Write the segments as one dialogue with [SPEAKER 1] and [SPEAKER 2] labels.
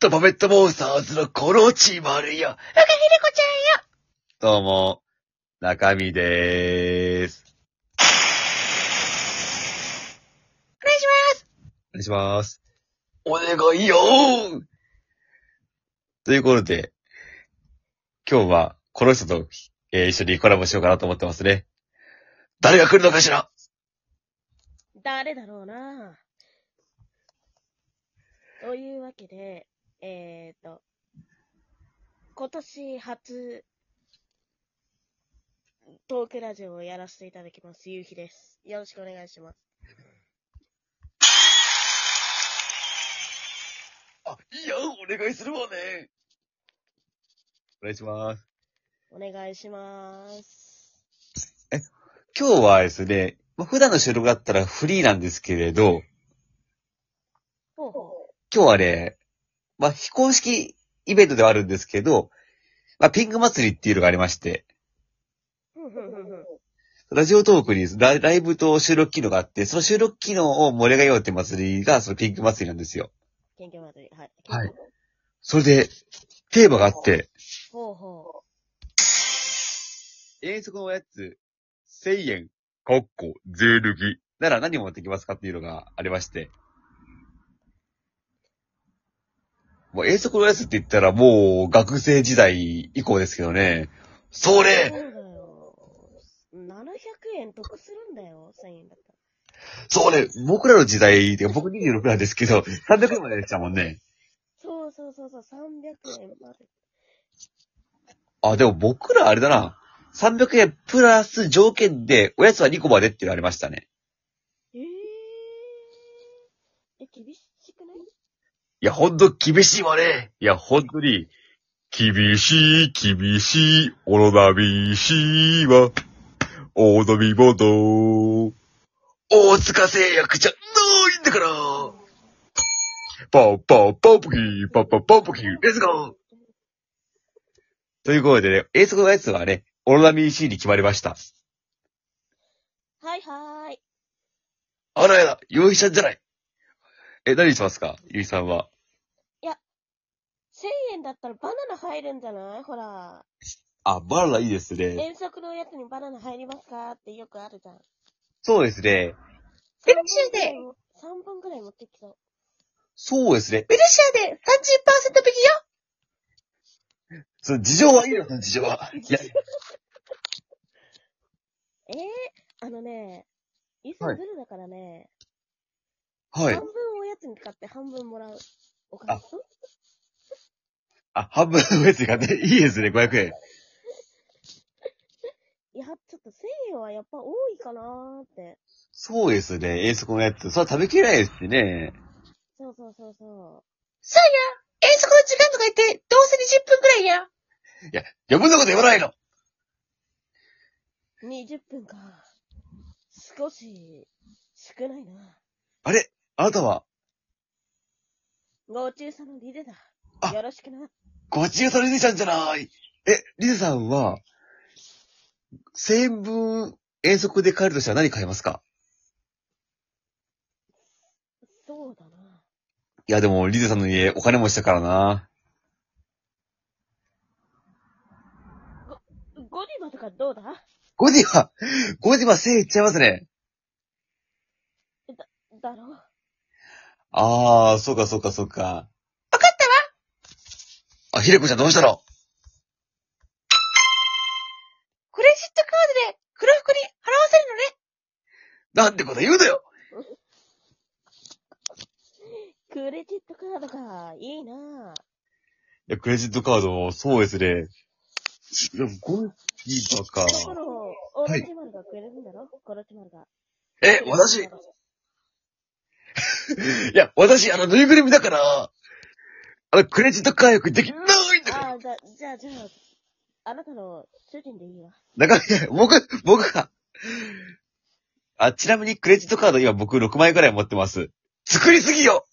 [SPEAKER 1] トパペットモンスターズのコロチマルよ。赤ひでこちゃんよ。どうも、中身でーす。お願いします。お願いします。お願いよーということで、今日はこの人と、えー一緒にコラボしようかなと思ってますね。誰が来るのかしら
[SPEAKER 2] 誰だろうなというわけで、えーと、今年初、トークラジオをやらせていただきます、ゆうひです。よろしくお願いします。
[SPEAKER 1] あ、いや、お願いするわね。お願いします。
[SPEAKER 2] お願いします。
[SPEAKER 1] 今日はですね、まあ普段の収録だったらフリーなんですけれど、
[SPEAKER 2] ほうほ
[SPEAKER 1] 今日はね、まあ、非公式イベントではあるんですけど、まあ、ピンク祭りっていうのがありまして、
[SPEAKER 2] う。ふんふんふんふん。
[SPEAKER 1] ラジオトークにラライブと収録機能があって、その収録機能を盛り上げようって祭りが、そのピンク祭りなんですよ。
[SPEAKER 2] 研究祭り。はい。
[SPEAKER 1] はい。それで、テーマがあって、
[SPEAKER 2] ほうほ。
[SPEAKER 1] 遠足のやつ、1000円、かっこ、税抜き。なら何を持ってきますかっていうのがありまして。もう遠足のやつって言ったらもう学生時代以降ですけどね。そうれ
[SPEAKER 2] そうだよ。700円得するんだよ、1000円だったら。
[SPEAKER 1] そうね僕らの時代、てか僕26なんですけど、300円まででしたもんね。
[SPEAKER 2] そうそうそうそう、300円まで。
[SPEAKER 1] あ、でも僕らあれだな。300円プラス条件で、おやつは2個までっていうのありましたね。
[SPEAKER 2] えー、え、厳しくない
[SPEAKER 1] いや、ほんと厳しいわね。いや、ほんとに、厳しい、厳しい、おろなびしいわ。お飲み物。大塚製薬じゃないんだから。パンパンパンプキー、パンパンパンプキー、レッツゴーということでね、遠足のやつはね、オロナミン C に決まりました。
[SPEAKER 2] はいはーい。
[SPEAKER 1] あらやだ、ゆうひちゃんじゃない。え、何にしますかゆうひさんは。
[SPEAKER 2] 1000円だったらバナナ入るんじゃないほら。
[SPEAKER 1] あ、バナナいいですね。
[SPEAKER 2] 遠足のおやつにバナナ入りますかってよくあるじゃん。
[SPEAKER 1] そうですね。
[SPEAKER 2] ペ
[SPEAKER 3] ルシューで
[SPEAKER 2] !3 本くらい持ってきそう。
[SPEAKER 1] そうですね。
[SPEAKER 3] ペルシアで30%引きよ
[SPEAKER 1] その事情はいいよ、その事情 は。いや、
[SPEAKER 2] えー、あのね、いつ
[SPEAKER 1] は
[SPEAKER 2] も
[SPEAKER 1] い
[SPEAKER 2] ズルだからね、
[SPEAKER 1] はい
[SPEAKER 2] 半。分おやつに買って半分もらう。お金
[SPEAKER 1] ああ、半分のやつがね、 いいですね、500円。
[SPEAKER 2] いや、ちょっと1000円はやっぱ多いかなーって。
[SPEAKER 1] そうですね、遠足のやつ。それは食べきれないですしね。
[SPEAKER 2] そうそうそうそ
[SPEAKER 3] そうや遠足の時間とか言って、どうせ20分くらいや
[SPEAKER 1] 余分なこと言わないの
[SPEAKER 2] う。20分か。少し、少ないな。
[SPEAKER 1] あれあなたは、
[SPEAKER 2] ご中さのリレだ。
[SPEAKER 1] あ
[SPEAKER 2] よろしくな。
[SPEAKER 1] ごちよさリゼちゃんじゃないえ、リゼさんは、1000円分遠足で買えるとしたら何買いますか
[SPEAKER 2] そうだな。
[SPEAKER 1] いや、でも、リゼさんの家、お金持ちだからな。
[SPEAKER 2] ゴディバとかどうだ
[SPEAKER 1] 5時は、5時は1000円いっちゃいますね。
[SPEAKER 2] だろ
[SPEAKER 1] あー、そうかそうかそうか。わかったわあ、ひでこちゃんどうしたの
[SPEAKER 3] クレジットカードで黒服に払わせるのね
[SPEAKER 1] なんてこと言うのよ
[SPEAKER 2] クレジットカードか。いいなぁ。
[SPEAKER 1] いや、クレジットカード、そうですね。でも、ゴルキーパ
[SPEAKER 2] だか
[SPEAKER 1] ー
[SPEAKER 2] ら
[SPEAKER 1] か。、
[SPEAKER 2] オ
[SPEAKER 1] は
[SPEAKER 2] ロ
[SPEAKER 1] い
[SPEAKER 2] チマルがくれるんだろコロチマルが。
[SPEAKER 1] え、私、いや、私、あの、ぬいぐるみだから、あの、クレジットカードできないんだから
[SPEAKER 2] ああ、だ、じゃあ、じゃあ、あなたの主人でいいわ。
[SPEAKER 1] だから、いや僕、僕が。あ、ちなみにクレジットカード今僕6枚ぐらい持ってます。作りすぎよ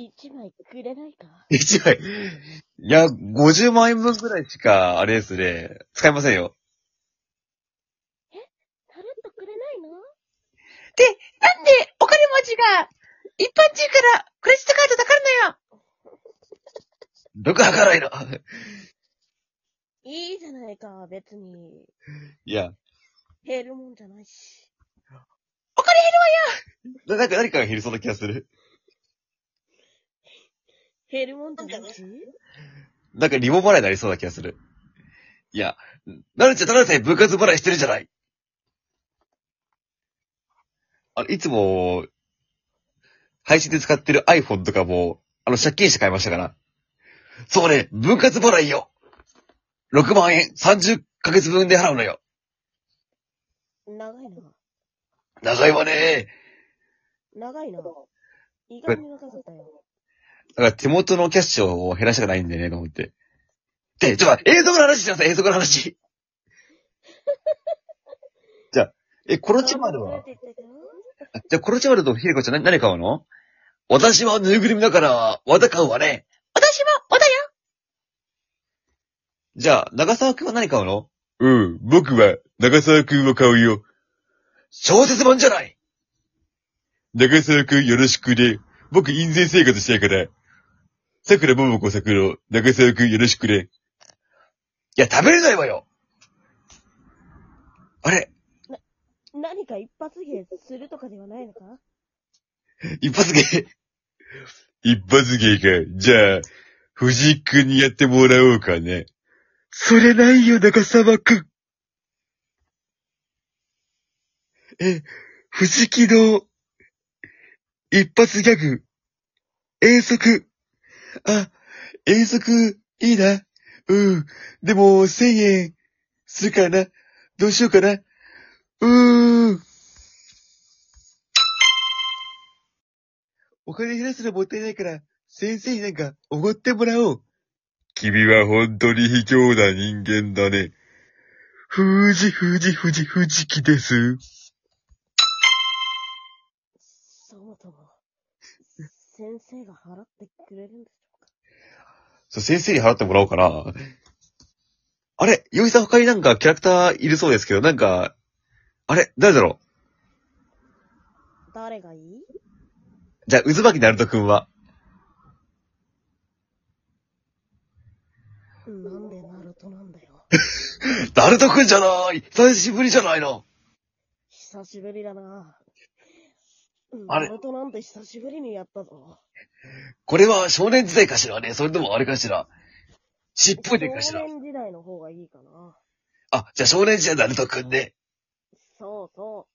[SPEAKER 2] 一枚くれないか
[SPEAKER 1] !1 枚。いや、50万円分ぐらいしか、あれですね、使いませんよ。
[SPEAKER 2] タレットくれないの
[SPEAKER 3] なんで、お金持ちが、一般人からクレジットカードたかるのよ
[SPEAKER 1] どこからいの
[SPEAKER 2] いいじゃないか、別に。
[SPEAKER 1] いや、
[SPEAKER 2] 減るもんじゃないし。
[SPEAKER 3] お金減るわ
[SPEAKER 1] ななんか何かが減りそうな気がする。
[SPEAKER 2] 減るもんじゃないし。
[SPEAKER 1] なんかリボ払いになりそうな気がする。いや、なるちゃん、なるちゃん、部活払いしてるじゃないあれ、いつも、配信で使ってる iPhone とかも、あの、借金して買いましたから。そうね、分割払いよ !6 万円、30ヶ月分で払うのよ。
[SPEAKER 2] 長いな。
[SPEAKER 1] 長いわね
[SPEAKER 2] 長いな。意外に長かったよ。
[SPEAKER 1] だから手元のキャッシュを減らしたくないんだよね、と思って。で、ちょっと待って、永続の話しなさい、永続の話。じゃあ、え、コロチマルはじゃあ、コロチマルとヒレコちゃん何何買うの私はぬいぐるみだから、綿買うわね。
[SPEAKER 3] 私も、おだよ
[SPEAKER 1] じゃあ、長沢くんは何買うのうん、僕は長沢くんを買うよ。小説本じゃない長沢くんよろしくね。僕印税生活したいから。桜ももこ桜、長沢くんよろしくね。いや、食べれないわよあれ
[SPEAKER 2] 何か一発芸するとかではないのか
[SPEAKER 1] 一発芸。一発芸か。じゃあ、藤井くんにやってもらおうかね。それないよ、中沢くん。え、藤木の、一発ギャグ、遠足。あ、遠足、いいな。うん。でも、千円、するからな。どうしようかな。うーん。お金減らすのもったいないから、先生になんか、おごってもらおう。君は本当に卑怯な人間だね。ふじふじふじふじきです。
[SPEAKER 2] そもそも、先生が払ってくれるんでしょうか
[SPEAKER 1] そう、先生に払ってもらおうかな。あれ、よいさん他になんかキャラクターいるそうですけど、なんか、あれ、誰だろう
[SPEAKER 2] 誰がいい
[SPEAKER 1] じゃあ、渦巻きなるとくんは。
[SPEAKER 2] なんでナルトなんだよ。
[SPEAKER 1] なるとくんじゃない久しぶりじゃないの
[SPEAKER 2] 久しぶりだな。
[SPEAKER 1] あ
[SPEAKER 2] ナ
[SPEAKER 1] れ
[SPEAKER 2] ルトなんて久しぶりにやったぞ。
[SPEAKER 1] これは少年時代かしらねそれともあれかしらしっぽいでかし
[SPEAKER 2] 少
[SPEAKER 1] ら
[SPEAKER 2] 年時代の方がいいかな。
[SPEAKER 1] あ、じゃあ少年時代なるとくんね。
[SPEAKER 2] そうそ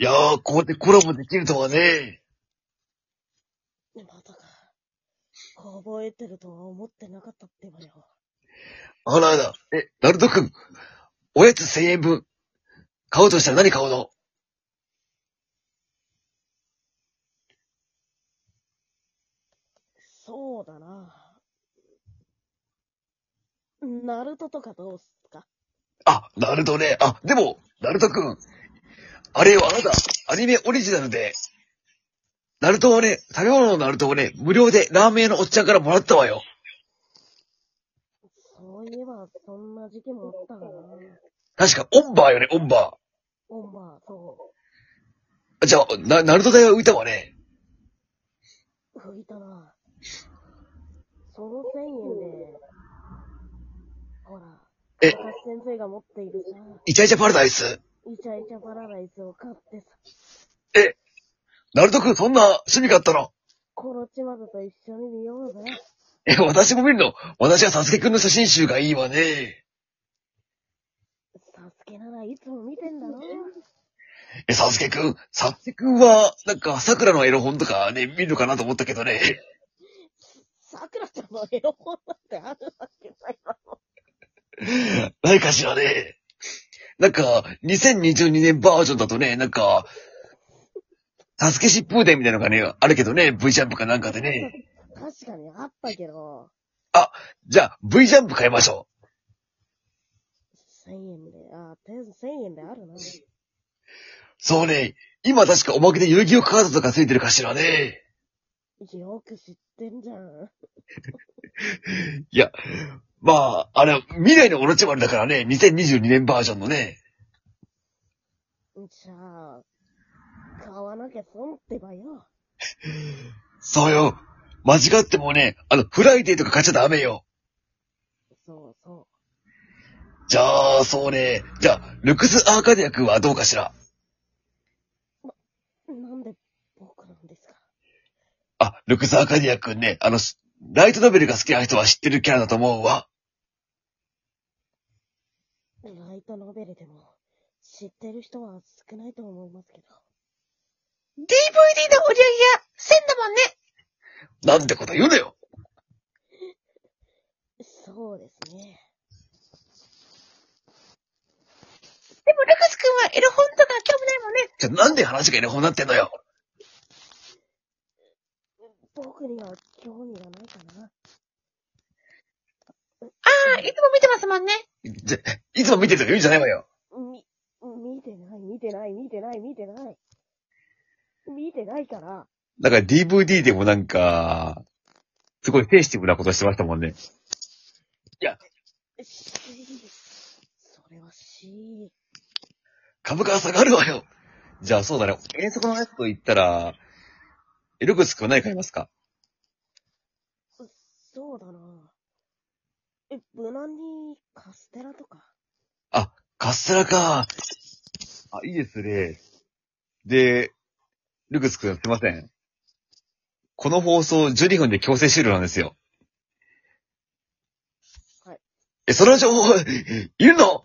[SPEAKER 1] いやー、こうやってコラボできるとはね。
[SPEAKER 2] う。まさか、覚えてるとは思ってなかったってばよ。
[SPEAKER 1] あらあら。え、ナルトくん、おやつ1000円分、買おうとしたら何買うの
[SPEAKER 2] そうだな。ナルトとかどうすっか
[SPEAKER 1] あ、ナルトね。あ、でも、ナルトくん、あれよ、あなた、アニメオリジナルで、ナルトをね、食べ物のナルトをね、無料でラーメン屋のおっちゃんからもらったわよ。
[SPEAKER 2] そういえば、そんな時期もあったかな。
[SPEAKER 1] 確か、オンバーよね、オンバ
[SPEAKER 2] オンバー、そ
[SPEAKER 1] ーあ。じゃあ、な、ナルト代は浮いたわね。
[SPEAKER 2] う。浮いたな。その1000円で、ほら、
[SPEAKER 1] え
[SPEAKER 2] 高橋先生が持っているさ、
[SPEAKER 1] イチャイチャパラダイス。
[SPEAKER 2] イチャイチャパラダイスを買ってさ、
[SPEAKER 1] え、ナルトくん、そんな趣味があったの
[SPEAKER 2] コロチマズと一緒に見ようぜ。
[SPEAKER 1] え、私も見るの私はサスケくんの写真集がいいわね。
[SPEAKER 2] サスケならいつも見てんだろ。
[SPEAKER 1] え、サスケくん、サスケくんは、なんか、桜のエロ本とかね、見るのかなと思ったけどね。
[SPEAKER 2] さくらちゃんのエロ本なんてあるわけないだろ。
[SPEAKER 1] ないかしらね。なんか、2022年バージョンだとね、なんか、サスケ疾風伝みたいなのがね、あるけどね、V ジャンプかなんかでね。
[SPEAKER 2] 確かにあったけど、
[SPEAKER 1] じゃあ、V ジャンプ買いましょ
[SPEAKER 2] 1000円で、あ、1000円であるな。
[SPEAKER 1] う。そうね、今確かおまけで遊戯王カードとかついてるかしらね。
[SPEAKER 2] よく知ってんじゃん。
[SPEAKER 1] まあ、あれ、未来のオロチマルだからね、2022年バージョンのね。
[SPEAKER 2] じゃあ、買買わなきゃ損ってばよ。
[SPEAKER 1] そうよ。間違ってもね、あの、フライデーとか買っちゃダメよ。
[SPEAKER 2] そうそ
[SPEAKER 1] じゃあ、そうね。じゃあ、ルクスアーカディア君はどうかしら。
[SPEAKER 2] う。なんで僕なんですか
[SPEAKER 1] あ、ルクスアーカディア君ね、あの、しライトノベルが好きな人は知ってるキャラだと思うわ。
[SPEAKER 2] ライトノベルでも知ってる人は少ないと思いますけど。
[SPEAKER 3] DVD の売り上げが1000だもんね。
[SPEAKER 1] なんてこと言うなよ。
[SPEAKER 2] そうですね。
[SPEAKER 3] でも、ルカス君はエロ本とか興味ないもんね。
[SPEAKER 1] じゃあ、なんで話がエレホになってんのよ。
[SPEAKER 2] 僕には興味がないかな。
[SPEAKER 3] ああ、いつも見てますもんね。
[SPEAKER 1] じゃ、いつも見てるとか言うんじゃないわよ。
[SPEAKER 2] み、見てない、見てない、見てない、見てない。見てないから。
[SPEAKER 1] だから DVD でもなんか、すごいセンシティブなことしてましたもんね。
[SPEAKER 2] しそれはし、
[SPEAKER 1] 株価が下がるわよ。じゃあそうだね。遠足のやつと言ったら、エルクス君は何買いますか
[SPEAKER 2] そそうだな。え、無難にカステラとか。
[SPEAKER 1] カステラか。あ、いいですね。で、ルクス君すいません。この放送12分で強制終了なんですよ。
[SPEAKER 2] はい。
[SPEAKER 1] え、その情報、いるの